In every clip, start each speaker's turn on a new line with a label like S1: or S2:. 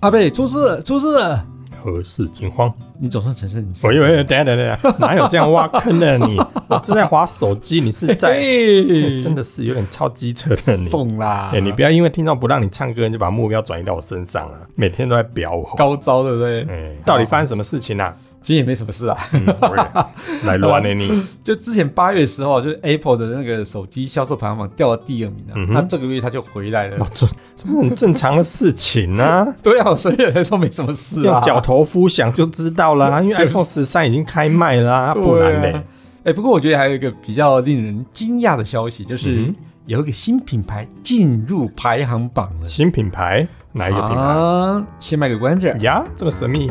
S1: 阿贝，出事出事了！
S2: 何事惊慌？
S1: 你总算承认你是
S2: 我以为等一下等一下，等一下，哪有这样挖坑 的你？我正在划手机，你是在、
S1: 嘿啊
S2: 哎真的是有点超机车的你。
S1: 送啦，
S2: 哎、你不要因为听到不让你唱歌，你就把目标转移到我身上了。每天都在表我，
S1: 高招对不对？
S2: 哎、到底发生什么事情 啊？
S1: 其实也没什么事啊，
S2: 嗯、我也来乱了你，
S1: 就之前八月的时候啊，就是 Apple 的那个手机销售排行榜掉到第二名啊
S2: 嗯，哼
S1: 那这个月它就回来了。
S2: 哦。这这不很正常的事情啊
S1: 对啊，所以有人说没什么事啊
S2: 用。脚头肤想就知道啦，因为
S1: 就是
S2: iPhone 十三已经开卖啦、
S1: 对啊
S2: 不然嘞，
S1: 哎，不过我觉得还有一个比较令人惊讶的消息，就是
S2: 嗯
S1: 有一个新品牌进入排行榜了。
S2: 新品牌哪一个品牌、
S1: 啊，先卖个关子。
S2: 呀？这么神秘。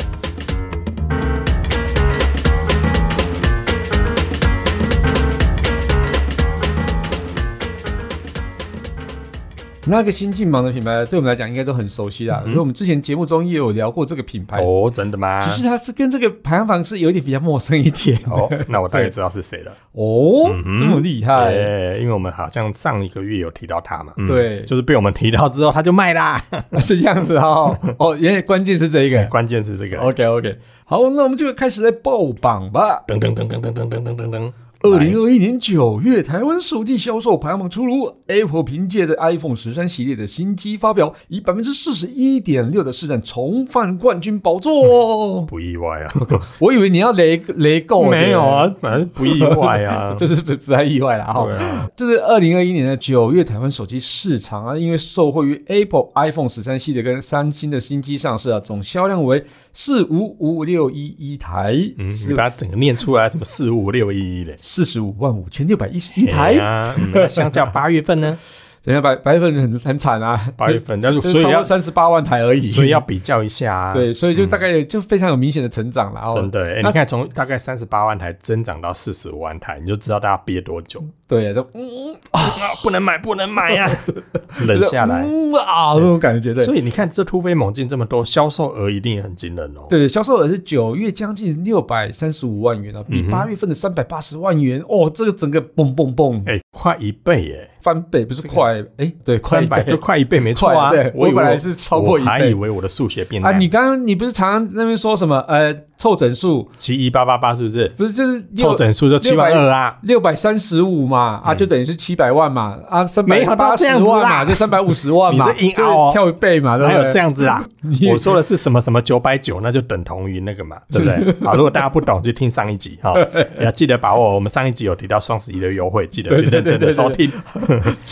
S1: 那个新进榜的品牌，对我们来讲应该都很熟悉啦。因为我们之前节目中也有聊过这个品牌，
S2: 哦，真的吗
S1: 只？是它是跟这个排行榜是有一点比较陌生一点。
S2: 哦，那我大概知道是谁了。
S1: 哦，
S2: 嗯哼
S1: 这么厉害，
S2: 哎，因为我们好像上一个月有提到他嘛，嗯
S1: 对
S2: 就是被我们提到之后他就卖啦。
S1: 是这样子哦。哦，原来关键是这一个。
S2: 关键是这个，
S1: OK OK，好，那我们就开始来爆榜吧。
S2: 噔噔噔噔噔噔噔噔噔
S1: 二零二一年九月，台湾手机销售排行榜出炉，Apple 凭借着 iPhone 十三系列的新机发表，以百分之四十一点六的市占重返冠军宝座 哦。
S2: 不意外啊，
S1: 我以为你要雷雷够，
S2: 没有啊，反正不意外 啊，
S1: 这个，这是不不太意外了哈
S2: 对。啊，
S1: 就是二零二一年的九月，台湾手机市场啊，因为受惠于 Apple iPhone 十三系列跟三星的新机上市啊，总销量为四五五六一一台，
S2: 嗯，你
S1: 是
S2: 把它整个念出来，什么四五六一一嘞，
S1: 四十五万五千六百一十一台
S2: 哎。呀，嗯那相较八月份 呢，
S1: 等一下白白粉很很惨啊，
S2: 八月份那就
S1: 就
S2: 所以要
S1: 三十八万台而已，
S2: 所以 要比较一下 啊，
S1: 对，所以就大概就非常有明显的成长了。
S2: 真
S1: 哦，
S2: 的，哎，
S1: 那
S2: 你看从大概三十八万台增长到四十五万台，你就知道大家憋多 久
S1: 对，就
S2: 啊！不能买，不能买 呀，冷下来。
S1: 嗯啊那种感觉，对。
S2: 所以你看这突飞猛进这么多，销售额一定也很惊人哦。
S1: 对，销售额是九月将近六百三十五万元啊，比
S2: 嗯哼
S1: 八月份的三百八十万元、哦，这个整个蹦蹦蹦
S2: 哎，快一倍耶！
S1: 翻倍，不是快哎、对，快
S2: 三
S1: 一
S2: 百
S1: 倍
S2: 就快一倍，没错啊！
S1: 快对
S2: 我以为
S1: 我本来是超过一倍
S2: 我还以为我的数学变
S1: 啊！
S2: 烂
S1: 你。刚刚你不是常常那边说什么呃凑整数
S2: 七一八八八是不是？
S1: 不是就是
S2: 凑
S1: 六
S2: 整数就七万二啊！
S1: 六百三十五嘛啊就等于是七百万嘛啊三百
S2: 嗯没有
S1: 八
S2: 到
S1: 十
S2: 这样
S1: 万
S2: 子啦
S1: 嘛就三百五十万嘛，
S2: 你这硬
S1: 就是
S2: 凹哦
S1: 跳一倍嘛，对不
S2: 还
S1: 对？
S2: 有这样子啊？
S1: 你
S2: 我说的是什么什么九百九，那就等同于那个 嘛，对不对？好，如果大家不懂，就听上一集哈，要记得把握。我们上一集有提到双十一的优惠，记得
S1: 对
S2: 去
S1: 对
S2: 认真
S1: 对对
S2: 的收听。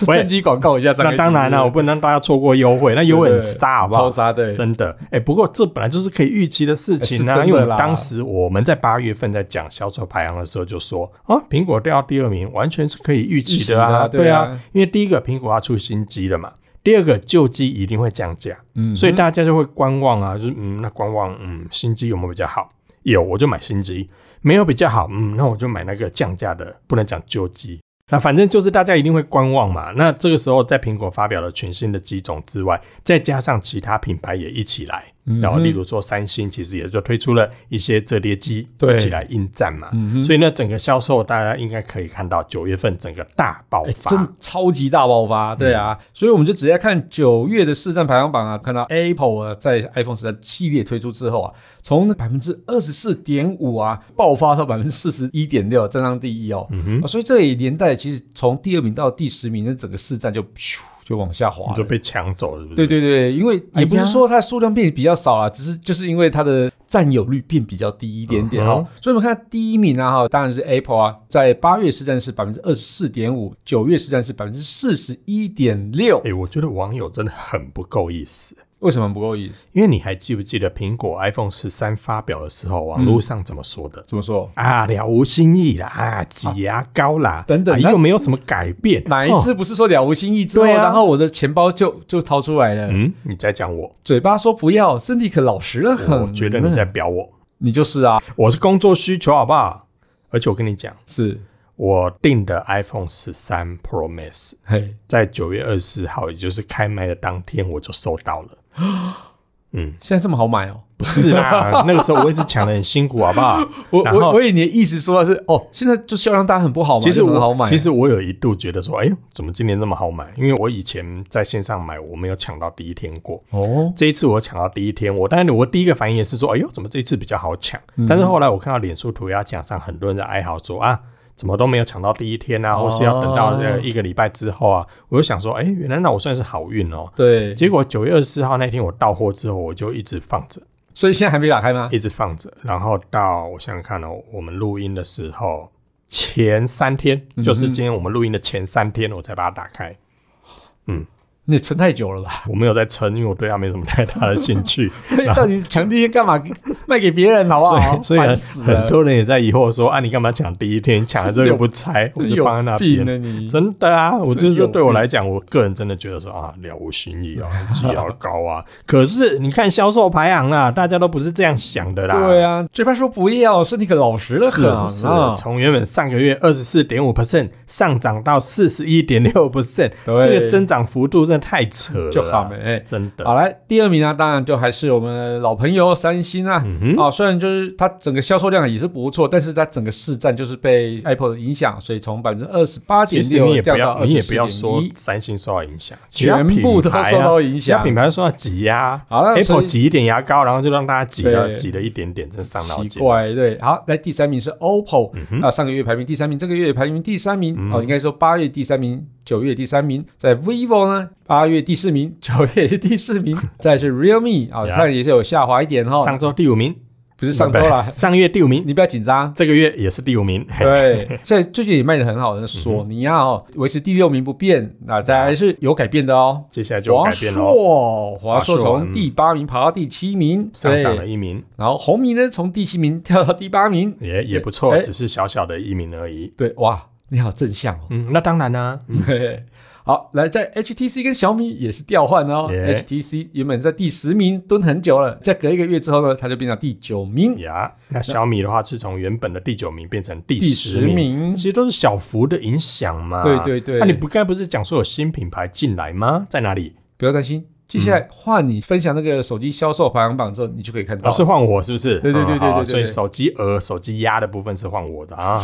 S2: 喂
S1: 趁机广告一下上个
S2: 那
S1: 季，
S2: 当然了，我
S1: 对
S2: 不能让大家错过优惠，那优惠很
S1: 对对
S2: 杀，好
S1: 不
S2: 不
S1: 对超
S2: 好？
S1: 杀对，
S2: 真的，哎、不过这本来就是可以预期的事
S1: 哎是
S2: 情
S1: 真的
S2: 啊，
S1: 啦
S2: 因为我们当时我们在八月份在讲销售排行的时候就说啊，苹果掉到第二名完全是可以预期的啊，
S1: 预期的啊对啊
S2: 因为第一个苹果要出新机了嘛，第二个旧机一定会降价，
S1: 嗯
S2: 所以大家就会观望啊，就是嗯，那观望，嗯，新机有没有比较好？有我就买新机，没有比较好，嗯，那我就买那个降价的，不能讲旧机。那反正就是大家一定会观望嘛。那这个时候，在苹果发表了全新的机种之外，再加上其他品牌也一起来，
S1: 嗯哼
S2: 然后例如说三星其实也就推出了一些折叠机，
S1: 对
S2: 一起来应战嘛。
S1: 嗯哼
S2: 所以呢，整个销售大家应该可以看到九月份整个大爆
S1: 哎，
S2: 发。
S1: 真超级大爆发，对啊，
S2: 嗯
S1: 所以我们就直接看九月的市占排行榜啊，看到 Apple 啊在 iPhone 十三系列推出之后啊，从百分之二十四点五啊爆发到百分之四十一点六，站上第一哦、
S2: 嗯
S1: 啊所以这也连带其实从第二名到第十名的整个市占就咻就往下滑
S2: 你就
S1: 了。
S2: 被抢走了，是不是？
S1: 对对对，因为也不
S2: 哎
S1: 是
S2: 呀
S1: 说它的数量变比较少啦，只是就是因为它的占有率变比较低一点点哦。
S2: 嗯哼
S1: 所以我们看到第一名啊哈，当然是 Apple 啊，在八月市占是百分之二十四点五，九月市占是百分之四十一点六
S2: 哎、。我觉得网友真的很不够意思，
S1: 为什么不够意思？
S2: 因为你还记不记得苹果 iPhone 十三发表的时候，网络上怎么说的？
S1: 怎么说？
S2: 啊，了无新意啦，啊，挤牙膏啦，
S1: 等等
S2: 啊
S1: 那
S2: 又没有什么改变。
S1: 哪一
S2: 哦
S1: 次不是说了无新意之后，
S2: 对啊
S1: 然后我的钱包就就掏出来了，
S2: 嗯，你在讲我，
S1: 嘴巴说不要，身体可老实了很。
S2: 我觉得你在表我，
S1: 你就是啊，
S2: 我是工作需求，好不好？而且我跟你讲，
S1: 是
S2: 我订的 iPhone 十三 Pro Max
S1: 嘿，
S2: 在九月二十四号，也就是开卖的当天，我就收到了。嗯，
S1: 现在这么好买哦？
S2: 不是 啦，那个时候我一直抢的很辛苦，好不好？
S1: 我
S2: 然后
S1: 我我以为你的意思说的是，哦，现在就销量大家很不好嘛，
S2: 其实
S1: 就很
S2: 我
S1: 好买，
S2: 其实我有一度觉得说，哎、呦，怎么今年那么好买？因为我以前在线上买，我没有抢到第一天过。
S1: 哦，
S2: 这一次我抢到第一天，我当然我第一个反应也是说，哎呦，怎么这一次比较好抢？但是后来我看到脸书涂鸦墙上很多人在哀嚎说啊，怎么都没有抢到第一天啊，
S1: 哦
S2: 或是要等到呃一个礼拜之后啊，我就想说，哎、原来那我算是好运哦。
S1: 对，
S2: 结果九月二十四号那天我到货之后，我就一直放着，
S1: 所以现在还没打开吗？
S2: 一直放着，然后到我想想看哦，我们录音的时候前三天，就是今天我们录音的前三天，我才把它打开。
S1: 你撑太久了吧？
S2: 我没有在撑，因为我对它没什么太大的兴趣。
S1: 到底抢第一干嘛？卖给别人好不好？
S2: 所以
S1: 哦烦
S2: 很
S1: 死了
S2: 很，多人也在疑惑说：“啊，你干嘛抢第一天？抢了之后又不拆，我
S1: 真是
S2: 就
S1: 有
S2: 放在那
S1: 病
S2: 边。
S1: 呢你”。
S2: 真的啊，我
S1: 真
S2: 就是
S1: 有
S2: 是
S1: 病
S2: 对我来讲，我个人真的觉得说啊，了无新意啊，绩效高啊。 可是你看销售排行啊啦，大家都不是这样想的啦。
S1: 对啊，嘴巴说不要，身体可老实了
S2: 是
S1: 很
S2: 的，是
S1: 啊
S2: 的，。从原本上个月二十四点五 percent 上涨到四十一点六 percent，
S1: 对
S2: 这个增长幅度真的太扯了，哎
S1: 就好，没。
S2: 真的。
S1: 好来，第二名呢，当然就还是我们的老朋友三星啊。
S2: 嗯哼，
S1: 啊，虽然就是它整个销售量也是不错，但是它整个市占就是被 Apple 影响，所以从百分之二十八
S2: 其
S1: 点
S2: 实你
S1: 六
S2: 也
S1: 掉
S2: 不
S1: 到
S2: 要，
S1: 二
S2: 你
S1: 十
S2: 也
S1: 四
S2: 不
S1: 点
S2: 要说
S1: 一，
S2: 三星受到影响，其他
S1: 全部都
S2: 品牌
S1: 受
S2: 啊
S1: 到影
S2: 其他
S1: 响
S2: 品。牌受到挤压、
S1: 好了
S2: a p p
S1: 啊所
S2: l
S1: 以
S2: e 挤一点牙膏，然后就让大家挤了
S1: 对
S2: 挤了一点点，真伤脑
S1: 奇
S2: 筋。嗯
S1: 怪，对，好，来第三名是 OPPO，、啊，上个月排名第三名，这个月排名第三名，哦，应该说八月第三名，九月第三名，在 vivo 呢，八月第四名， 九月也是第四名，再是 realme 啊，
S2: 呀
S1: 上也是有下滑一点哈，
S2: 上周第五名，
S1: 不是上周啦
S2: 不，上月第五名，
S1: 你不要紧 张，
S2: 这个月也是第五名。嘿
S1: 对，现在最近也卖得很好的索尼
S2: 嗯
S1: 啊、哦，维持第六名不变，那再来是有改变的哦。
S2: 接下来就有
S1: 华
S2: 改变喽，
S1: 硕，华硕
S2: 华硕
S1: 从
S2: 嗯
S1: 第八名爬到第七名，
S2: 上涨了
S1: 对。
S2: 一名，
S1: 然后红米呢，从第七名跳到第八名，
S2: 也也不错
S1: 哎，
S2: 只是小小的一名而已。
S1: 对，哇，你好正向哦。
S2: 嗯，那当然啦，
S1: 对，好，来在 HTC 跟小米也是调换哦。
S2: 耶
S1: HTC 原本在第十名蹲很久了，再隔一个月之后呢，它就变到第九名、
S2: 嗯呀，那小米的话是从原本的第九名变成第
S1: 第十
S2: 十名，
S1: 名
S2: 其。实都是小幅的影响 嘛。
S1: 对对对
S2: 那你不该不是讲说有新品牌进来吗？在哪里？
S1: 不要担心，接
S2: 嗯
S1: 下来换你分享那个手机销售排行榜之后，你就可以看到
S2: 哦老。是换我是不是？
S1: 哦对对对对
S2: 嗯好
S1: 对对对
S2: 所以手机额、手机压的部分是换我 的啊。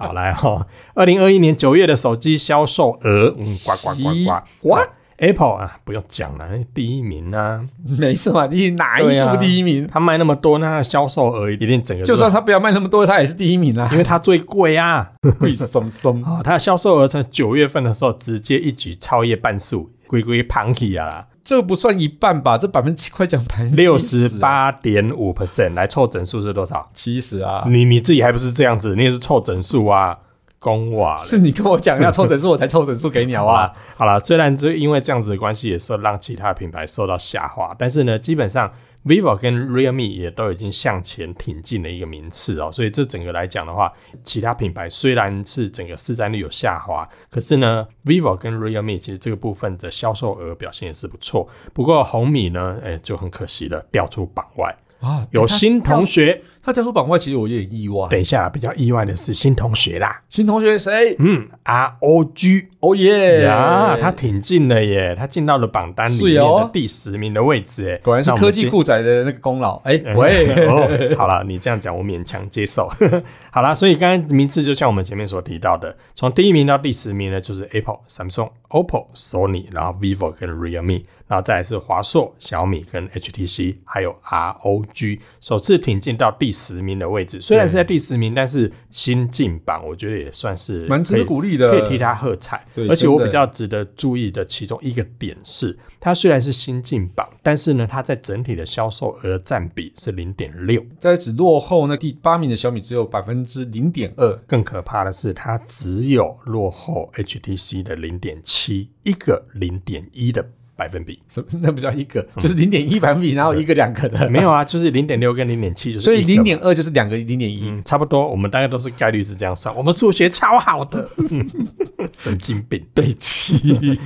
S2: 好来哈、哦，二零二一年九月的手机销售额，嗯，呱呱呱呱呱。
S1: What？
S2: 啊 Apple 啊，不用讲了，第一名啊，
S1: 没事嘛，第一哪一
S2: 对啊
S1: 是不第一名？
S2: 它卖那么多，那它销售额一定整个
S1: 就算他不要卖那么多，他也是第一名啊
S2: 因。为它最贵啊，
S1: 会松松，
S2: 哦，它的销售额在九月份的时候直接一举超越半数，龟龟 Punky 啊啦，
S1: 这不算一半吧？这百分之快讲百分之啊
S2: 六十，八点五 percent，来凑整数是多少？
S1: 其实啊，
S2: 你你自己还不是这样子，你也是凑整数啊，公瓦嘞
S1: 是你跟我讲要抽整数，我才抽整数给你好不
S2: 好
S1: 好
S2: 啦？，好啦，虽然就因为这样子的关系，也是让其他品牌受到下滑，但是呢，基本上 vivo 跟 realme 也都已经向前挺进了一个名次哦，所以这整个来讲的话，其他品牌虽然是整个市占率有下滑，可是呢，vivo 跟 realme 其实这个部分的销售额表现也是不错。不过红米呢，哎、就很可惜了，掉出榜外。
S1: 啊，
S2: 有
S1: 他
S2: 新同学，
S1: 他跳出榜外，其实我有点意外。
S2: 等一下比较意外的是新同学啦，
S1: 新同学谁？
S2: 嗯，R O G。
S1: 哦耶！
S2: 呀，他挺近了耶，他进到了榜单里面
S1: 是
S2: 的
S1: 哦
S2: 第十名的位置哎，
S1: 果然是
S2: 那我们
S1: 科技
S2: 今。
S1: 酷仔的那个功劳。哎，
S2: 喂
S1: 喂，，
S2: 哦，好了，你这样讲我勉强接受。 好啦，所以刚刚名次就像我们前面所提到的，从第一名到第十名呢，就是 Apple、Samsung、OPPO、Sony，然后 vivo 跟 Realme，然后再来是华硕、小米跟 HTC，还有 ROG，首次挺进到第十名的位置。虽然是在第十名，但是新进榜，我觉得也算是
S1: 蛮值
S2: 可
S1: 得
S2: 以
S1: 鼓励的，
S2: 可以替他喝彩。
S1: 对
S2: 而且
S1: 真
S2: 我
S1: 的
S2: 比较值得注意的其中一个点是，它虽然是新进榜，但是呢，它在整体的销售额的占比是零点六。
S1: 在只落后那第八名的小米只有百分之零点二，
S2: 更可怕的是，它只有落后 HTC 的零点七，一个零点一的百分比。
S1: 什么 那不叫一个，就是零点一百分比，然后一个两个的，
S2: 嗯没有啊，就是零点六跟零点七，就是
S1: 所以
S2: 一个
S1: 零点二就是两个零点一。
S2: 嗯，差不多， 我们大概都是概率是这样算。我们数学超好的，神经病。
S1: 对，西。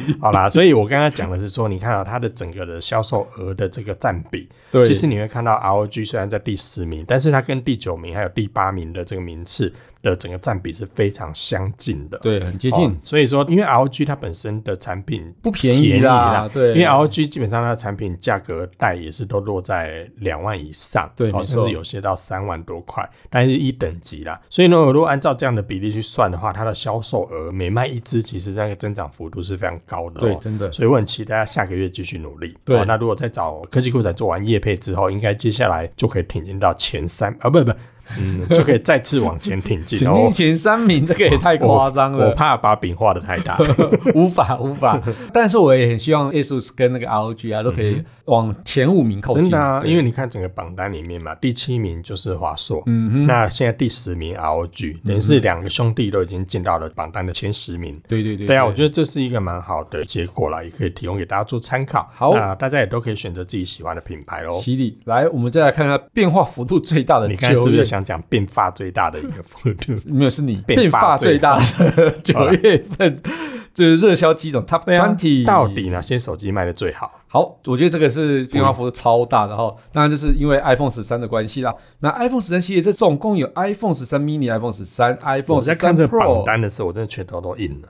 S2: 好啦，所以我刚刚讲的是说，你看啊，它的整个的销售额的这个占比，
S1: 对，
S2: 其实你会看到 ROG 虽然在第十名，但是它跟第九名还有第八名的这个名次的整个占比是非常相近的。
S1: 对很接
S2: 哦
S1: 近，
S2: 所以说，因为 ROG 它本身的产品
S1: 不便
S2: 宜
S1: 宜啦，对，
S2: 因为 LG 基本上它的产品价格带也是都落在两万以上，
S1: 对
S2: 哦
S1: 没
S2: 甚
S1: 错
S2: 至有些到三万多块，但是一等级啦。所以呢，如果按照这样的比例去算的话，它的销售额每卖一只，其实那个增长幅度是非常高的、哦。
S1: 对，真的
S2: 所以我很期待他下个月继续努力。
S1: 对
S2: 哦那如果再找科技库展做完业配之后，应该接下来就可以挺进到前三啊，不不，嗯，就可以再次往前挺 进
S1: 前
S2: 哦
S1: 面。前三名这个也太夸张
S2: 我
S1: 了，
S2: 怕把饼画的太大，
S1: 无法无法。但是我也很希望 ASUS 跟那个 ROG 啊都可以往前五名靠近，
S2: 嗯真的啊，
S1: 对
S2: 因为你看整个榜单里面嘛，第七名就是华硕，
S1: 嗯哼，
S2: 那现在第十名 ROG，等于是两个兄弟都已经进到了榜单的前十名。
S1: 对对对，
S2: 对啊，我觉得这是一个蛮好的结果啦，也可以提供给大家做参考。
S1: 好
S2: 那大家也都可以选择自己喜欢的品牌喽。
S1: 洗礼来，我们再来看看变化幅度最大的
S2: 你看是
S1: 九
S2: 不
S1: 月
S2: 是，想讲变化最大的一个幅度？
S1: 没有是你
S2: 变
S1: 变
S2: 化
S1: 化
S2: 最
S1: 最大的
S2: 好
S1: 九
S2: 啦
S1: 月份，就是热销机种 Top
S2: 对啊
S1: Twenty，、
S2: 到底哪些手机卖的最好？
S1: 好，我觉得这个是变化幅度超大的哈。当然就是因为 iPhone 十三的关系啦。那 iPhone 十三系列这总共有 iPhone 十三 mini、iPhone 十三、
S2: 我
S1: iPhone
S2: 在
S1: 十
S2: 看
S1: 三
S2: 这榜
S1: Pro、
S2: 单的时候，我真的拳头都硬了。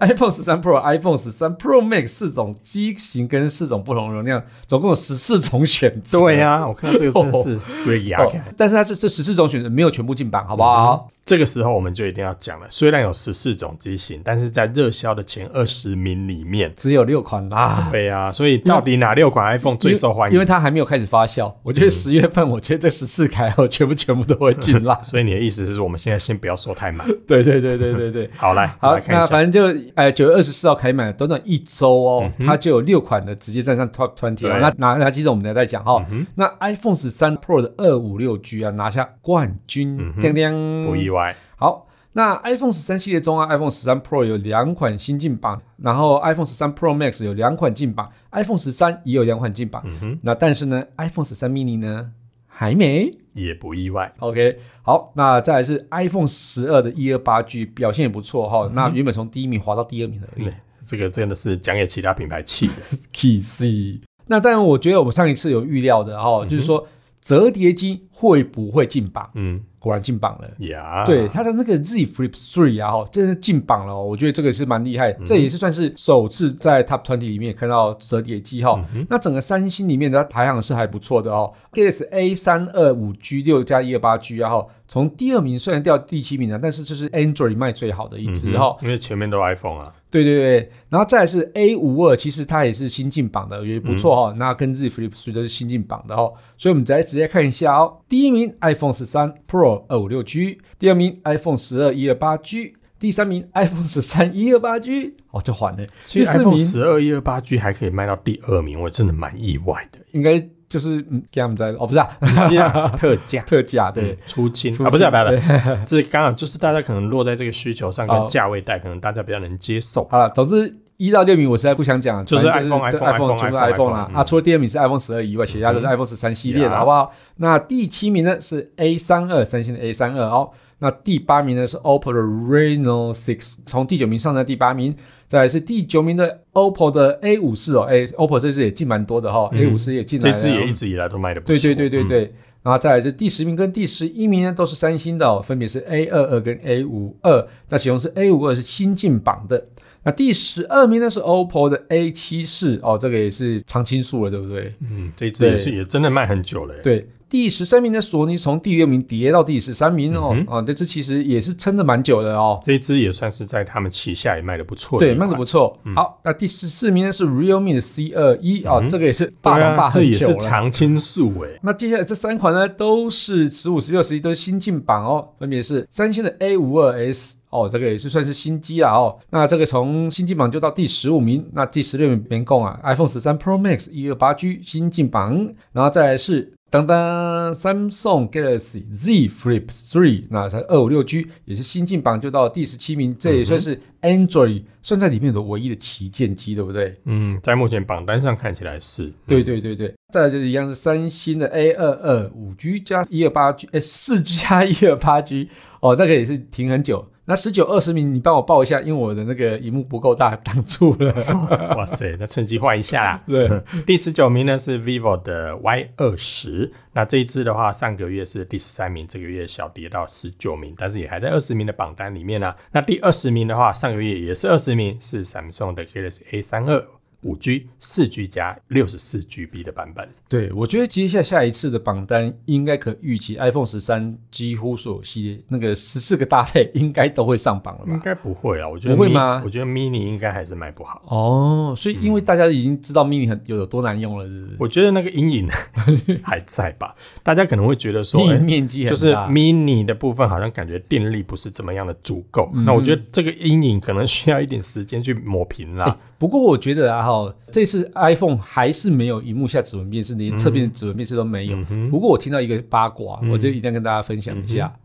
S1: iPhone 十三 Pro、iPhone 十三 Pro Max 四种机型跟四种不同的容量，总共有十四种选择。
S2: 对啊呀、我看到这个真的是被压
S1: 哦
S2: 起来。
S1: 但是它这这十四种选择没有全部进榜，好不好？
S2: 这个时候我们就一定要讲了，虽然有十四种机型，但是在热销的前二十名里面，
S1: 只有六款啦。
S2: 对呀、所以到底哪六款 iPhone 最受欢
S1: 因为因
S2: 迎。
S1: 为？它还没有开始发酵。我觉得十月份，我觉得这十四台我全部全部都会进啦
S2: 所以你的意思是我们现在先不要说 太满。
S1: 对对对对对 对。
S2: 好，来，我
S1: 好
S2: 来，看
S1: 那
S2: 一下。
S1: 反正就呃九月二十四号开满，短短一周哦，它就有六款的直接站上 Top Twenty
S2: 嗯对嗯
S1: 啊。那哪哪几种我们再再讲哈、那 iPhone 十三 Pro 的二五六 G 啊拿下冠
S2: 嗯
S1: 军，叮叮，
S2: 不意外，
S1: 好，那 iPhone 十三系列中啊，iPhone 十三 Pro 有两款新进榜，然后 iPhone 十三 Pro Max 有两款进榜，iPhone 十三也有两款进榜。那但是呢，iPhone 十三 mini 呢还没。
S2: 也不意外。
S1: OK，好，那再来是 iPhone 十二的一二八 G 表现也不错哈、那原本从第一名滑到第二名而已。
S2: 对，嗯这个真的是讲给其他品牌气的。
S1: KC。那当然，我觉得我们上一次有预料的哈、就是说折叠机会不会进榜？
S2: 嗯，
S1: 果然进榜了。
S2: 呀，嗯
S1: 对，它的那个 Z Flip Three 啊，哈，真的进榜了、哦，我觉得这个是蛮厉
S2: 嗯
S1: 害，这也是算是首次在 Top 团体里面看到折叠机哈、
S2: 嗯
S1: 那整个三星里面的排行是还不错的哦，Galaxy A 三二五 G 六加一二八 G 啊，哈，从第二名虽然掉第七名了，但是这是 Android 卖最好的一
S2: 嗯哼
S1: 支哈、
S2: 因为前面都 iPhone 啊，
S1: 对对对，然后再来是 A 五二，其实它也是新进榜的，也不
S2: 嗯
S1: 错哈、哦。那跟 Z Flip 3都是新进榜的哦，所以我们再直接看一下哦。第一名 iPhone 十三 Pro 二五六 G，第二名 iPhone 十二一二八 G，第三名 iPhone 十三一二八 G，哦，这缓了。
S2: 其
S1: 第
S2: 实
S1: 四
S2: iPhone
S1: 名
S2: 十二一二八 G 还可以卖到第二名，我真的蛮意外的。
S1: 应该就是嗯，给他们在哦，不是啊，
S2: 特价。
S1: 特价对。
S2: 嗯，出清
S1: 出
S2: 啊，不是啊
S1: 清
S2: 不是啊， 不是这刚好就是大家可能落在这个需求上跟
S1: 哦
S2: 价位带，可能大家比较能接受。
S1: 好了，总之一到六名我实在不想讲，
S2: 就是
S1: 反正
S2: iPhone
S1: 这
S2: iPhone iPhone
S1: 全部
S2: iPhone，
S1: iPhone 啦
S2: 嗯
S1: 啊，除了第二名是 iPhone 十二以外，其他都是 iPhone 十三系列的，
S2: 呀
S1: 好不好？那第七名呢是 A 三二，三星的 A 三二哦。那第八名呢是 OPPO 的 Reno 6，从第九名上到第八名，再来是第九名的 OPPO 的 A 5 4哦，哎，OPPO 这支也进蛮多的哈、哦 a 5 4也进来
S2: 嗯这
S1: 了，哦
S2: 支也一直以来都卖的不
S1: 对
S2: 错。
S1: 对对对对，嗯然后再来这第十名跟第十一名呢都是三星的、哦，分别是 A 二二跟 A 五二，那其中是 A 五二是新进榜的。那第十二名呢是 OPPO 的 A 七四哦，这个也是常青树了，对不对？
S2: 嗯，这一支也是
S1: 对
S2: 也真的卖很久了耶。
S1: 对，第十三名的索尼从第六名跌到第十三名
S2: 嗯
S1: 哦，啊，这支其实也是撑的蛮久的哦。
S2: 这一支也算是在他们旗下也卖的不错的一
S1: 对，
S2: 款。
S1: 卖的不错。
S2: 嗯
S1: 好，那第十四名呢是 Realme 的 C 二一啊，这个也是霸
S2: 对
S1: 王霸
S2: 啊，
S1: 很
S2: 这也
S1: 久
S2: 是
S1: 了。
S2: 常青树哎。
S1: 那接下来这三款呢，都是十五、十六、十一都是新进榜哦，分别是三星的 A 五二 S 哦，这个也是算是新机啊哦。那这个从新进榜就到第十五名，那第十六名边共啊，iPhone 十三 Pro Max 一二八 G 新进榜，然后再来是。当当，Samsung Galaxy Z Flip 3，那才二五六 G，也是新进榜就到第十七名，这也算是 Android、算在里面的唯一的旗舰机，对不对？
S2: 嗯，在目前榜单上看起来是。
S1: 对
S2: 嗯，
S1: 对对对，再来就是一样是三星的 A 二二五 G 加一二八 G，哎，四 G 加一二八 G，哦，这个也是停很久。那那十九、二十名，你帮我报一下，因为我的那个荧幕不够大，挡住了。
S2: 哇塞，那趁机换一下 啦。
S1: 对，
S2: 第十九名呢是 vivo 的 Y 二十，那这一支的话，上个月是第十三名，这个月小跌到十九名，但是也还在二十名的榜单里面呢、那第二十名的话，上个月也是二十名，是 Samsung 的 Galaxy A 三二五 G 四 G 加六十四 GB 的版本。
S1: 对，我觉得接下下一次的榜单应该可预期，iPhone 十三几乎所有系列那个十四个搭配应该都会上榜了
S2: 应
S1: 吧？
S2: 该不会啊，我觉得
S1: 不会
S2: mini-
S1: 吗
S2: 我觉得 mini 应该还是卖不好。
S1: 哦，所以因为
S2: 嗯
S1: 大家已经知道 mini 很有有多难用了，是不是？
S2: 我觉得那个阴影 还在吧，大家可能会觉得说，
S1: 你
S2: 哎
S1: 面积
S2: 就
S1: 很
S2: 是
S1: 大，
S2: mini 的部分好像感觉电力不是怎么样的足够。
S1: 嗯
S2: 那我觉得这个阴影可能需要一点时间去抹平啦。
S1: 不过我觉得啊哈，这次 iPhone 还是没有荧幕下指纹辨识，连侧边的指纹辨识都没
S2: 嗯
S1: 有。不过我听到一个八卦，我就一定要跟大家分享一下、
S2: 嗯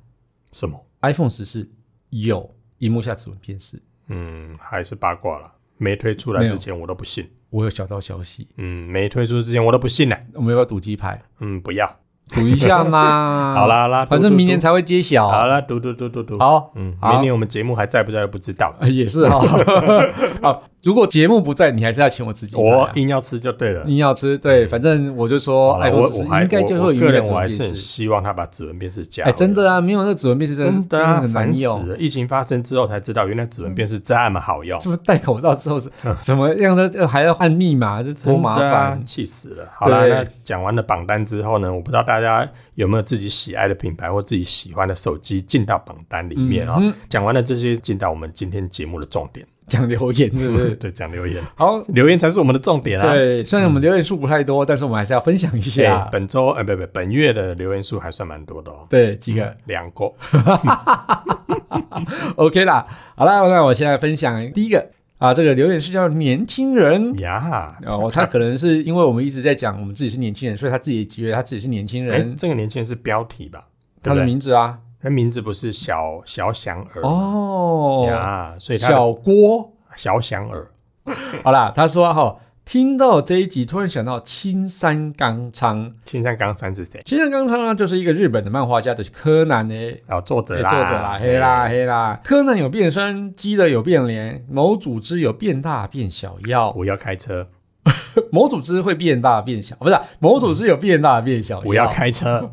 S2: 什么？
S1: i p h o n e 十四有荧幕下指纹辨识，
S2: 嗯，还是八卦了。没推出来之前我都不信。
S1: 我有小道消息，
S2: 嗯，没推出之前我都不信呢。
S1: 我们要不要赌鸡排？
S2: 嗯，不要。
S1: 赌一下嘛。
S2: 好啦，好啦，
S1: 啊反
S2: 嘟
S1: 正
S2: 嘟
S1: 明年
S2: 嘟
S1: 才会揭晓。
S2: 好啦，嘟嘟嘟嘟嘟。，
S1: 好，
S2: 嗯，
S1: 好
S2: 明年我们节目还在不在都不知道。
S1: 呃也是 哈。好，如果节目不在，你还是要请我自己排
S2: 我
S1: 啊。
S2: 硬要吃就对了。
S1: 硬要吃，对，反正我就说
S2: 好啦我
S1: iPhone
S2: 我
S1: 十
S2: 还
S1: 应该就
S2: 我我
S1: 会有
S2: 个
S1: 荧幕下
S2: 人
S1: 指
S2: 我还
S1: 纹辨
S2: 是很
S1: 识。
S2: 希望他把指纹辨识加。
S1: 哎，真的啊，没有那指纹辨识真的
S2: 真的啊，
S1: 很
S2: 烦
S1: 难
S2: 死
S1: 用。
S2: 了！疫情发生之后才知道，原来指纹辨识这么好用，
S1: 怎么戴口罩之后是怎么样的，呃还要换密码，这多
S2: 真
S1: 麻
S2: 的嗯啊
S1: 烦。
S2: 气死了！好啦，
S1: 对
S2: 那讲完了榜单之后呢，我不知道大家有没有自己喜爱的品牌或自己喜欢的手机进到榜单里面啊、
S1: 嗯
S2: 讲完了这些，进到我们今天节目的重点，
S1: 讲留言是不是？
S2: 对，讲留言，
S1: 好，
S2: 留言才是我们的重点啊。
S1: 对，啊虽然我们留言数不太多，但是我们还是要分享一
S2: 哎、
S1: 下。
S2: 本周呃不不本月的留言数还算蛮多的哦，
S1: 对，几个
S2: 两个。
S1: OK 啦。好啦，那我现在分享第一个啊，这个留言是叫年轻人。
S2: 呀，
S1: 哦，他可能是因为我们一直在讲我们自己是年轻人，所以他自己也觉得他自己是年轻
S2: 哎、
S1: 人。
S2: 这个年轻人是标题吧？
S1: 他
S2: 对不
S1: 的
S2: 对？
S1: 名字啊，
S2: 他名字不是小小响耳吗
S1: 哦，
S2: 嗯呀，所以他的
S1: 小郭。
S2: 小响耳，
S1: 好啦，他说哈、听到这一集，突然想到青山刚昌。
S2: 青山刚三是谁？
S1: 青山刚昌呢，就是一个日本的漫画家，就是柯南诶。
S2: 然后哦作者
S1: 哎
S2: 啦，
S1: 作者啦，黑啦，黑啦，柯南有变身，基德有变脸，某组织有变大变小药，
S2: 不要开车，
S1: 某组织会变大变小，不是啊、某组织有变大变小
S2: 嗯不
S1: 药
S2: 要。开 车，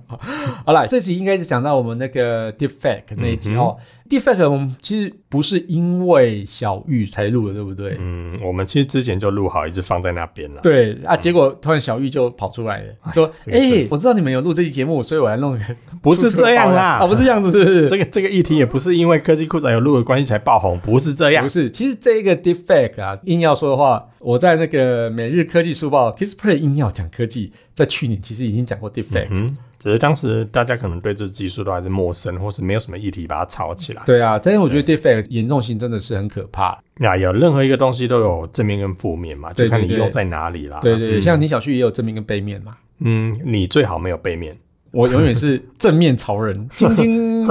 S1: 好啦，这集应该是讲到我们那个 defect 那一集
S2: 嗯哼
S1: 哦。defect 我们其实不是因为小玉才录的，对不对？
S2: 嗯，我们其实之前就录好，一直放在那边 了。
S1: 对啊，结果突然小玉就跑出来了，说：“
S2: 嗯这个
S1: 哎、
S2: 真
S1: 我知道你们有录这期节目，所以我来弄一个。”
S2: 不是这样啦
S1: 啊，不是这样子，是不是？
S2: 这个这个议题也不是因为科技库长有录的关系才爆红，不是这样
S1: 不。是，其实这一个 defect 啊，硬要说的话，我在那个每日科技书报 Kissplay 硬要讲科技，在去年其实已经讲过 defect、
S2: 嗯，只是当时大家可能对这技术都还是陌生，或是没有什么议题把它炒起来。
S1: 对啊，但是我觉得 defect 严重性真的是很可怕。
S2: 那有任何一个东西都有正面跟负面嘛，就
S1: 对
S2: 看你
S1: 对对
S2: 用在哪里啦。
S1: 对对对，像李小旭也有正面跟背面嘛。
S2: 嗯，你最好没有背面。
S1: 我永远是正面潮人， 晶晶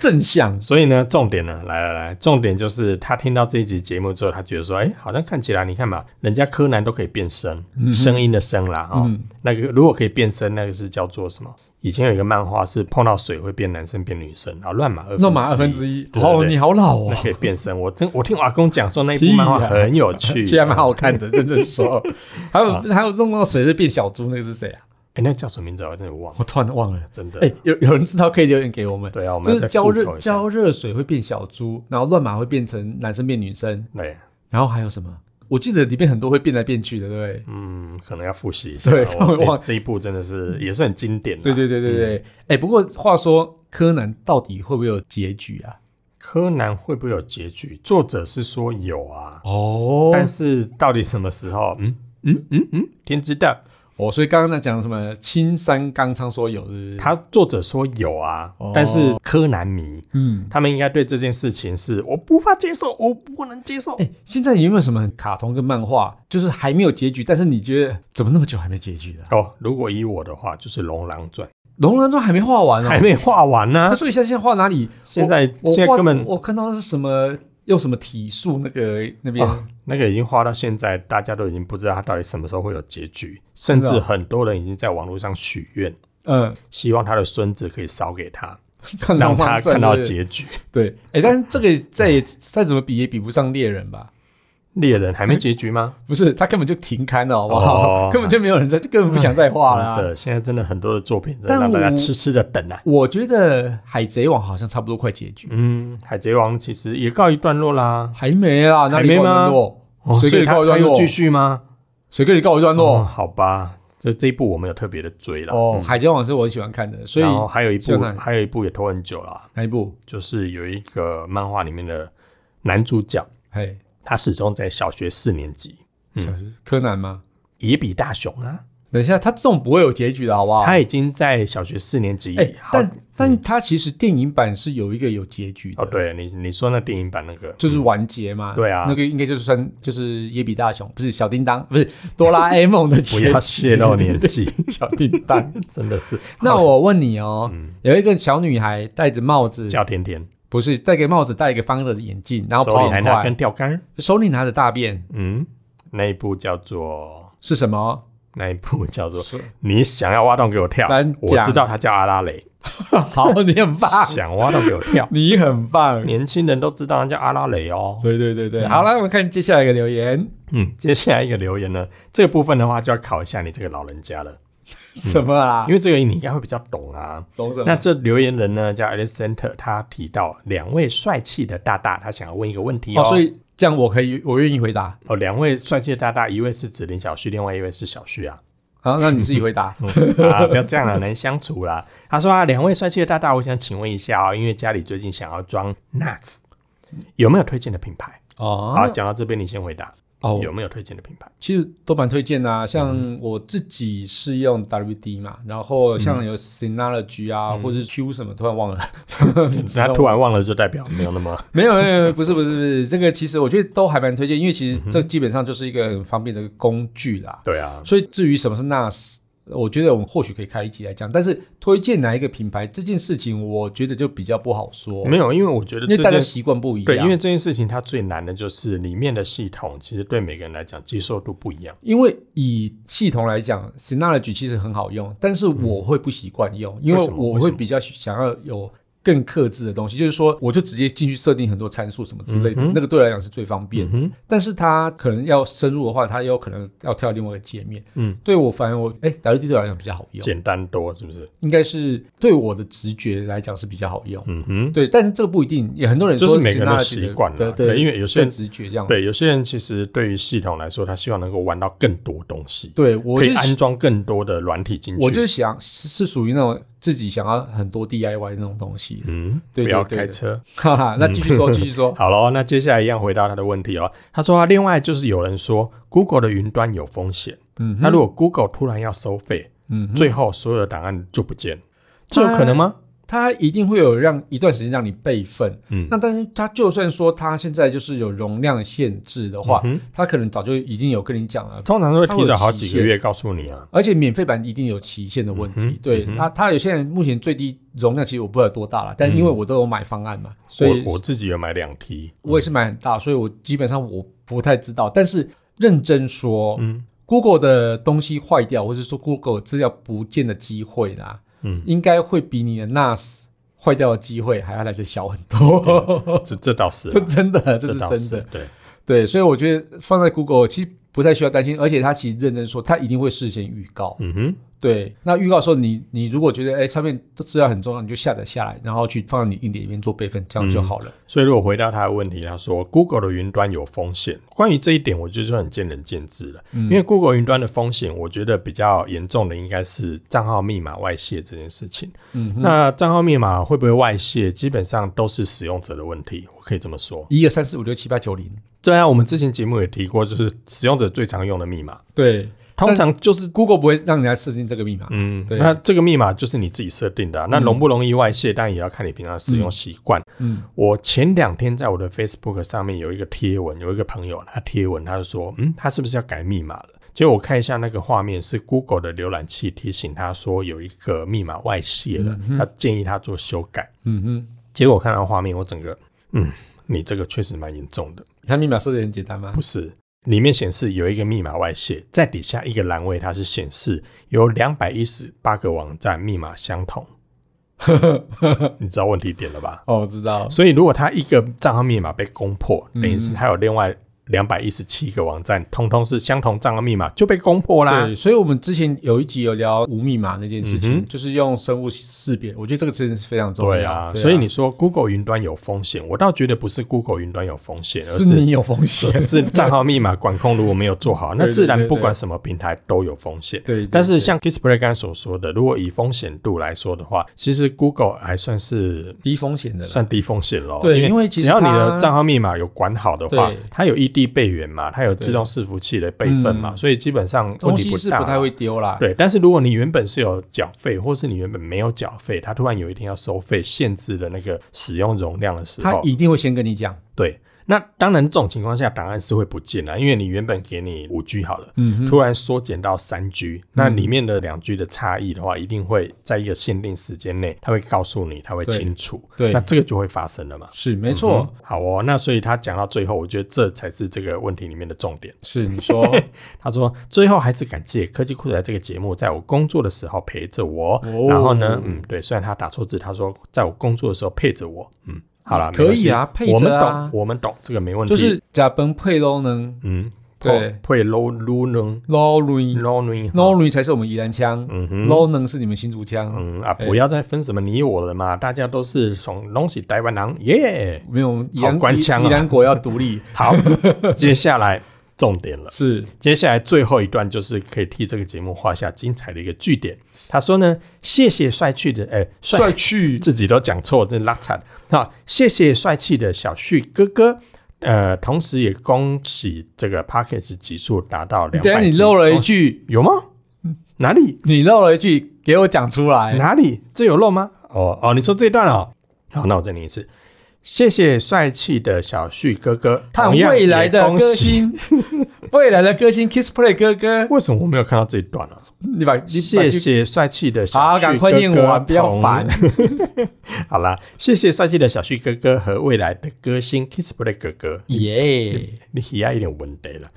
S1: 正向。
S2: 所以呢，重点呢，来来来，重点就是他听到这一集节目之后，他觉得说，哎、好像看起来，你看嘛，人家柯南都可以变声，
S1: 嗯
S2: 声音的声啦，哦，那个如果可以变声，那个是叫做什么？以前有一个漫画是碰到水会变男生变女生，啊，乱码二
S1: 弄满二分之 一，
S2: 对
S1: 哦，
S2: 对
S1: 你
S2: 对，
S1: 好老哦
S2: 那，可以变声。我真我听我阿公讲说那一部漫画
S1: 屁呀
S2: 很有趣，
S1: 其实还蛮好看的，认真 说。还有还有弄到水是变小猪，那个是谁啊？
S2: 哎、那叫什么名字啊？我真的忘了，
S1: 我突然忘了。
S2: 真的。
S1: 哎，有有人知道可以留言给我们。
S2: 对啊，我们
S1: 就是
S2: 要再
S1: 浇
S2: 复仇
S1: 热
S2: 一下
S1: 浇。热水会变小猪，然后乱码会变成男生变女生，
S2: 对，
S1: 然后还有什么？我记得里面很多会变来变去的，对不对？
S2: 嗯，可能要复习一下。
S1: 对
S2: 我
S1: 忘
S2: 这
S1: 了
S2: 这一部真的是也是很经典的。
S1: 对对对对对。
S2: 嗯
S1: 哎、不过话说，柯南到底会不会有结局啊？
S2: 柯南会不会有结局？作者是说有啊，
S1: 哦
S2: 但是到底什么时候？嗯嗯嗯嗯，天知道。
S1: 哦，所以刚刚在讲什么青山刚昌说有，是不是？
S2: 他作者说有啊，
S1: 哦
S2: 但是柯南迷
S1: 嗯，
S2: 他们应该对这件事情是我无法接受，我不能接受。
S1: 哎、现在有没有什么卡通跟漫画，就是还没有结局，但是你觉得怎么那么久还没结局的、啊？
S2: 哦，如果以我的话，就是《龙狼传
S1: 龙兰传还没画完》
S2: 还
S1: 哦，
S2: 没画完呢、
S1: 那所以现在现在画哪里？
S2: 现在
S1: 我
S2: 现在
S1: 画
S2: 根本哦
S1: 我看到是什么用什么体术那个那边。
S2: 哦那个已经画到现在，大家都已经不知道它到底什么时候会有结局，甚
S1: 真
S2: 至
S1: 的啊
S2: 很多人已经在网络上许愿，
S1: 嗯，
S2: 希望他的孙子可以烧给他。
S1: 看
S2: 让
S1: 浪
S2: 他
S1: 漫
S2: 看到
S1: 结
S2: 结局。
S1: 对，哎、但是这个再也再怎么比也比不上猎人吧？
S2: 猎人还没结局吗？
S1: 不是，他根本就停刊了，好不好？
S2: 哦
S1: 根本就没有人在，就根本不想再画了、啊
S2: 真的，嗯现在真的很多的作品真的
S1: 但
S2: 让大家
S1: 我
S2: 痴痴的等啊。
S1: 我觉得《海贼王》好像差不多快结局，
S2: 嗯，海贼王其实也告一段落啦，
S1: 还没啊？哪
S2: 还
S1: 里
S2: 没
S1: 告一
S2: 吗
S1: 段落？
S2: 哦
S1: 谁
S2: 所
S1: 给
S2: 以
S1: 你
S2: 他
S1: 告一段
S2: 他又
S1: 落
S2: 继续吗？
S1: 谁跟你告一段
S2: 哦，
S1: 落？
S2: 好吧，这这一部我没有特别的追了。
S1: 哦，
S2: 嗯
S1: 海贼王》是我很喜欢看的，所以
S2: 然后还有一
S1: 希
S2: 部
S1: 望，看
S2: 还有一部也拖很久了，
S1: 哪一部？
S2: 就是有一个漫画里面的男主角，
S1: 嘿，
S2: 他始终在小学四年级，嗯
S1: 小时柯南吗？
S2: 野比大雄啊，
S1: 等一下，他这种不会有结局的，好不好？
S2: 他已经在小学四年级
S1: 哦哎、
S2: 好嗯
S1: 但但他其实电影版是有一个有结局的，
S2: 哦，，对你你说那电影版那 个
S1: 就是完结嘛。
S2: 对啊
S1: 那个应该就是算就是野比大雄，不是小叮当，不是哆啦 A 梦的结
S2: 不
S1: 局。
S2: 要泄露 年纪，
S1: 小叮当。
S2: 真的是。
S1: 那
S2: 好
S1: 我问你哦，
S2: 嗯，
S1: 有一个小女孩戴着帽子，
S2: 叫甜甜，
S1: 不是戴个帽子，戴一个方的眼镜，然后
S2: 手
S1: 跑
S2: 里还
S1: 很
S2: 拿
S1: 快
S2: 根，钓竿，
S1: 手里拿着大便
S2: 嗯，那一部叫做
S1: 是什么？
S2: 那一部叫做你想要挖洞给我跳
S1: 颁，
S2: 我
S1: 奖
S2: 知道他叫阿拉蕾，哦
S1: 好，你很棒，，
S2: 想挖洞给我跳
S1: 你很棒。
S2: 年轻人都知道他叫阿拉蕾哦。
S1: 对对对对，好了，我们看接下来一个留言，
S2: 嗯，接下来一个留言呢，这个部分的话就要考一下你这个老人家了，
S1: 什么啊
S2: 因？为这个你应该会比较懂啊。
S1: 懂什
S2: 那
S1: 么？
S2: 这留言人呢叫 Alexander，他提到两位帅气的大大，他想要问一个问题哦。
S1: 哦，所以这样我可以，我愿意回答。
S2: 哦，两位帅气的大大，一位是指林小旭，另外一位是小旭啊。
S1: 好，那你自己回 答。
S2: 啊，不要这样了，难相处啦。他说啊，两位帅气的大大，我想请问一下哦，因为家里最近想要装 nuts，有没有推荐的品牌？
S1: 哦
S2: 好，讲到这边你先回答，
S1: 哦，
S2: 有没有推荐的品牌？
S1: 其实都蛮推荐的、
S2: 嗯
S1: 啊，像我自己是用 WD 嘛，然后
S2: 嗯
S1: 像有 Synology 啊，或者是 Q 什么，突然 忘了。
S2: 他突然忘了，就代表没有那么
S1: 没有没有没有，不是不是不是，这个其实我觉得都还蛮推荐，因为
S2: 嗯
S1: 其实这基本上就是一个很方便的工具啦。
S2: 对啊。
S1: 所以至于什么是 NAS，我觉得我们或许可以开一集来讲，但是推荐哪一个品牌这件事情，我觉得就比较不好说，
S2: 没有，因为我觉得
S1: 因为
S2: 这
S1: 大家
S2: 件
S1: 习惯不一样。
S2: 对，因为这件事情它最难的就是里面的系统，其实对每个人来讲接受度不一样。
S1: 因为以系统来讲，Synology 其实很好用，但是我会不习惯用，因
S2: 嗯为
S1: 为
S2: 什么
S1: 我
S2: 为什
S1: 会
S2: 么
S1: 比较想要有更克制的东西，就是说，我就直接进去设定很多参数什么之类的，
S2: 嗯哼
S1: 那个对我来讲是最方便。
S2: 嗯哼，
S1: 但是它可能要深入的话，它有可能要跳另外一个界面。
S2: 嗯，
S1: 对我反而我哎，WD 对我来讲比较好用，
S2: 简单多是不是？
S1: 应该是对我的直觉来讲是比较好用。
S2: 嗯哼，
S1: 对，但是这个不一定，也很多人
S2: 就
S1: 说
S2: 是每个人的
S1: Synology
S2: 习惯啦啊
S1: 对
S2: 对
S1: 对，
S2: 因为有些人
S1: 更直觉这样子。
S2: 对，有些人其实对于系统来说，他希望能够玩到更多东西，
S1: 对，我
S2: 可
S1: 是
S2: 以安装更多的软体进去。
S1: 我就是想是是属于那种自己想要很多 DIY 那种东西，
S2: 嗯，
S1: 对对
S2: 不要
S1: 对
S2: 开
S1: 对
S2: 车。
S1: 哈哈。那继续
S2: 嗯
S1: 说，继续 说，
S2: 好喽，那接下来一样回答他的问题哦。他说、啊，另外就是有人说 Google 的云端有风险，
S1: 嗯
S2: 那
S1: 哼，
S2: 如果 Google 突然要收费，
S1: 嗯哼，
S2: 最后所有的档案就不见了，这有可能吗？
S1: 它一定会有让一段时间让你备份。
S2: 嗯，
S1: 那但是它就算说它现在就是有容量限制的话，
S2: 嗯
S1: 它可能早就已经有跟你讲了
S2: 哼，通常都会
S1: 它
S2: 提
S1: 会
S2: 早
S1: 有
S2: 好
S1: 期
S2: 几个
S1: 限
S2: 月告诉你啊。
S1: 而且免费版一定有期限的问题。
S2: 嗯哼
S1: 对、
S2: 嗯哼
S1: 它，它有些人目前最低容量其实我不知道有多大了，但因为我都有买方案嘛，所以
S2: 嗯我我自己有买两 T，
S1: 我也是买很大，所以我基本上我不太知道。但是认真说，
S2: 嗯
S1: Google 的东西坏掉，或者说 Google 资料不见的机会啦，
S2: 嗯，
S1: 应该会比你的 NAS 坏掉的机会还要来的小很 多。
S2: 这这倒是啊，
S1: 这真的，这是
S2: 倒
S1: 真的。
S2: 对，
S1: 对，所以我觉得放在 Google 其实不太需要担心，而且它其实认真说，它一定会事先预告。
S2: 嗯哼，
S1: 对，那预告说你你如果觉得哎上面的资料很重要，你就下载下来，然后去放到你硬碟里面做备份，这样
S2: 嗯
S1: 就好了。
S2: 所以如果回答他的问题，他说 Google 的云端有风险，关于这一点，我觉得就很见仁见智了。
S1: 嗯
S2: 因为 Google 云端的风险，我觉得比较严重的应该是账号密码外泄这件事情。
S1: 嗯哼，
S2: 那账号密码会不会外泄，基本上都是使用者的问题，我可以这么说。
S1: 一二三四五六七八九零，
S2: 对啊，我们之前节目也提过，就是使用者最常用的密码，
S1: 对
S2: 通常就是。
S1: ，Google 不会让人家设定这个密码。
S2: 嗯，
S1: 对
S2: 那这个密码就是你自己设定的啊、那容不容易外泄，当然也要看你平常使用习惯。
S1: 嗯
S2: 我前两天在我的 Facebook 上面有一个贴文，有一个朋友他贴文，他就说，嗯，他是不是要改密码了？结果我看一下那个画面，是 Google 的浏览器提醒他说有一个密码外泄了，他建议他做修改。
S1: 嗯哼。
S2: 结果我看到画面，我整个，嗯，你这个确实蛮严重的，
S1: 它密码设的很简单吗？
S2: 不是。里面显示有一个密码外泄，在底下 一个栏位，它是显示有两百一十八个网站密码相同。你知道问题点了吧？
S1: 哦，我知道，
S2: 所以如果它一个账号密码被攻破，
S1: 嗯
S2: 等于是它有另外两百一十七个网站，通通是相同账号密码就被攻破啦。
S1: 对，所以我们之前有一集有聊无密码那件事情，
S2: 嗯哼
S1: 就是用生物识别，我觉得这个真的是非常重要。
S2: 对啊，所以你说 Google 云端有风险，我倒觉得不是 Google 云端有风险，而
S1: 是
S2: 是
S1: 你有风 险，
S2: 是账号密码管控如果没有做好，
S1: 对
S2: 那
S1: 对
S2: 自然
S1: 对
S2: 不
S1: 对
S2: 管什么平台都有风险。
S1: 对，对
S2: 但是
S1: 对
S2: 像 Kissplay 刚才所说的，如果以风险度来说的话，其实 Google 还算是
S1: 低风险的啦，
S2: 算低风险咯。
S1: 对因
S2: 因
S1: 为其实
S2: 只要你
S1: 它
S2: 的账号密码有管好的话
S1: 对，
S2: 它有异地备援嘛，它有自动伺服器的备份嘛，
S1: 嗯
S2: 所以基本上问
S1: 东
S2: 题
S1: 西
S2: 不
S1: 是
S2: 大。啊
S1: 不太会丢啦。
S2: 对，但是如果你原本是有缴费，或是你原本没有缴费，它突然有一天要收费，限制了那个使用容量的时
S1: 他
S2: 候，
S1: 一定会先跟你讲，
S2: 对，那当然这种情况下档案是会不见了，因为你原本给你五 G 好了，
S1: 嗯哼，嗯
S2: 突然缩减到三 G，那里面的两 G 的差异的话，一定会在一个限定时间内，它会告诉你，它会
S1: 对
S2: 清楚。
S1: 对
S2: 那这个就会发生了嘛？
S1: 是没错，
S2: 嗯好哦，那所以他讲到最后，我觉得这才是这个问题里面的重点。
S1: 是你 说
S2: 他说，最后还是感谢科技酷宅这个节目，在我工作的时候陪着我。
S1: 哦
S2: 然后呢，嗯，对，虽然他打错字，他说在我工作的时候陪着我。嗯，好啦，
S1: 可以啊
S2: 没关系
S1: 配着啊
S2: 我们懂，我们懂，这个没问题。
S1: 就是假崩配喽呢，
S2: 嗯，
S1: 对
S2: 会 low low 能
S1: 捞瑞
S2: low 能
S1: 捞瑞才是我们宜兰腔，
S2: 嗯哼。
S1: 捞能是你们新竹腔，
S2: 嗯啊，不要再分什么你我了嘛，大家都是从东西台湾人耶。
S1: 没有我们宜兰
S2: 好官腔
S1: 宜
S2: 哦
S1: 宜兰国要独 立
S2: 好，接下来重点了，
S1: 是。
S2: 接下来最后一段就是可以替这个节目画下精彩的一个句点。他说呢，谢谢帅气的，哎、帅
S1: 帅气，
S2: 自己都讲错，真拉惨。好，谢谢帅气的小旭哥哥。呃，同时也恭喜这个 p a c k a g e 集数达到两
S1: 等一下
S2: 百。哦
S1: 你漏了一，句，
S2: 有吗？哪里？
S1: 你漏了一句，给我讲出来。
S2: 哪里？这有漏吗？哦哦，你说这一段哦。好，那我再念一次。谢谢帅气的小旭哥哥，
S1: 看
S2: 同样
S1: 未
S2: 也
S1: 来的
S2: 恭
S1: 歌
S2: 喜。
S1: 星， 未来的歌星 Kiss Play 哥哥，
S2: 为什么我没有看到这一段呢、啊？
S1: 你把你把
S2: 谢谢帅气的小
S1: 好，
S2: 旭哥哥，
S1: 赶快念完，不要 烦。
S2: 同。好啦，谢谢帅气的小旭哥哥和未来的歌星 Kissplay 哥哥，
S1: 耶！
S2: 你喜爱一点文得了。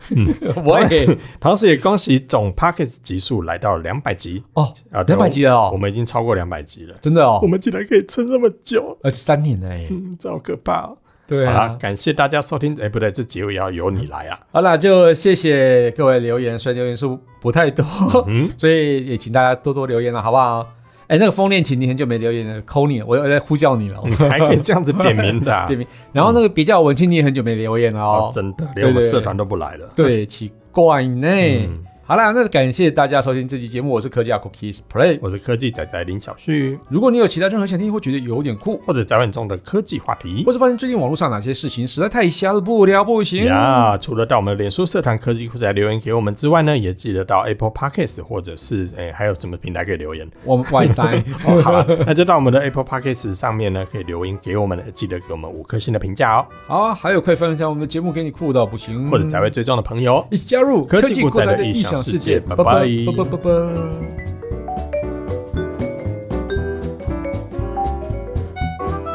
S1: 我也
S2: 同时也恭喜总 Pockets 集数来到两百集
S1: 哦，
S2: 啊，对
S1: 两百集了
S2: 我，我
S1: 哦，
S2: 们已经超过两百集了。
S1: 真的哦
S2: 我，们竟然可以撑这么久，
S1: 呃，三年了哎，
S2: 嗯，这好可怕、哦。
S1: 对
S2: 好啦
S1: 啊，，
S2: 感谢大家收听。哎、不对，这结尾要由你来啊。
S1: 好啦，就谢谢各位留言，虽然留言数不太多，
S2: 嗯，
S1: 所以也请大家多多留言了，好不好？哎，那个风恋情你很久没留言了，扣你了，我又在呼叫你了。
S2: 嗯还可以这样子点名的、啊
S1: 点。名，然后那个别叫文青，你也很久没留言了
S2: 哦
S1: 哦，。
S2: 真的，
S1: 对
S2: 连我们
S1: 对
S2: 社团都不来了。
S1: 对，奇怪呢。
S2: 嗯
S1: 好啦，那感谢大家收听这期节目，我是科技阿 Cookies Play。
S2: 我是科技仔仔林小旭，
S1: 如果你有其他任何想听或觉得有点酷，
S2: 或者宅晚中的科技话题
S1: 或。是发现最近网络上哪些事情实在太瞎了，不聊不行。
S2: 呀，除了到我们的脸书社团科技酷宅留言给我们之外呢，也记得到 Apple Podcast 或者是诶、还有什么平台可以留言？
S1: 我们外在
S2: 哦，好了，那就到我们的 Apple Podcast 上面呢，可以留言给我们，记得给我们五颗星的评价哦，
S1: 好啊，还有快分享我们的节目给你酷到不行，
S2: 或者宅位追踪的朋友哦。
S1: 一起加入
S2: 科技
S1: 酷
S2: 股
S1: 宅
S2: 宅
S1: 的
S2: 的异
S1: 异
S2: 想
S1: 想
S2: 世
S1: 世界，
S2: 界
S1: 拜
S2: 拜
S1: 拜拜
S2: 拜
S1: 拜拜。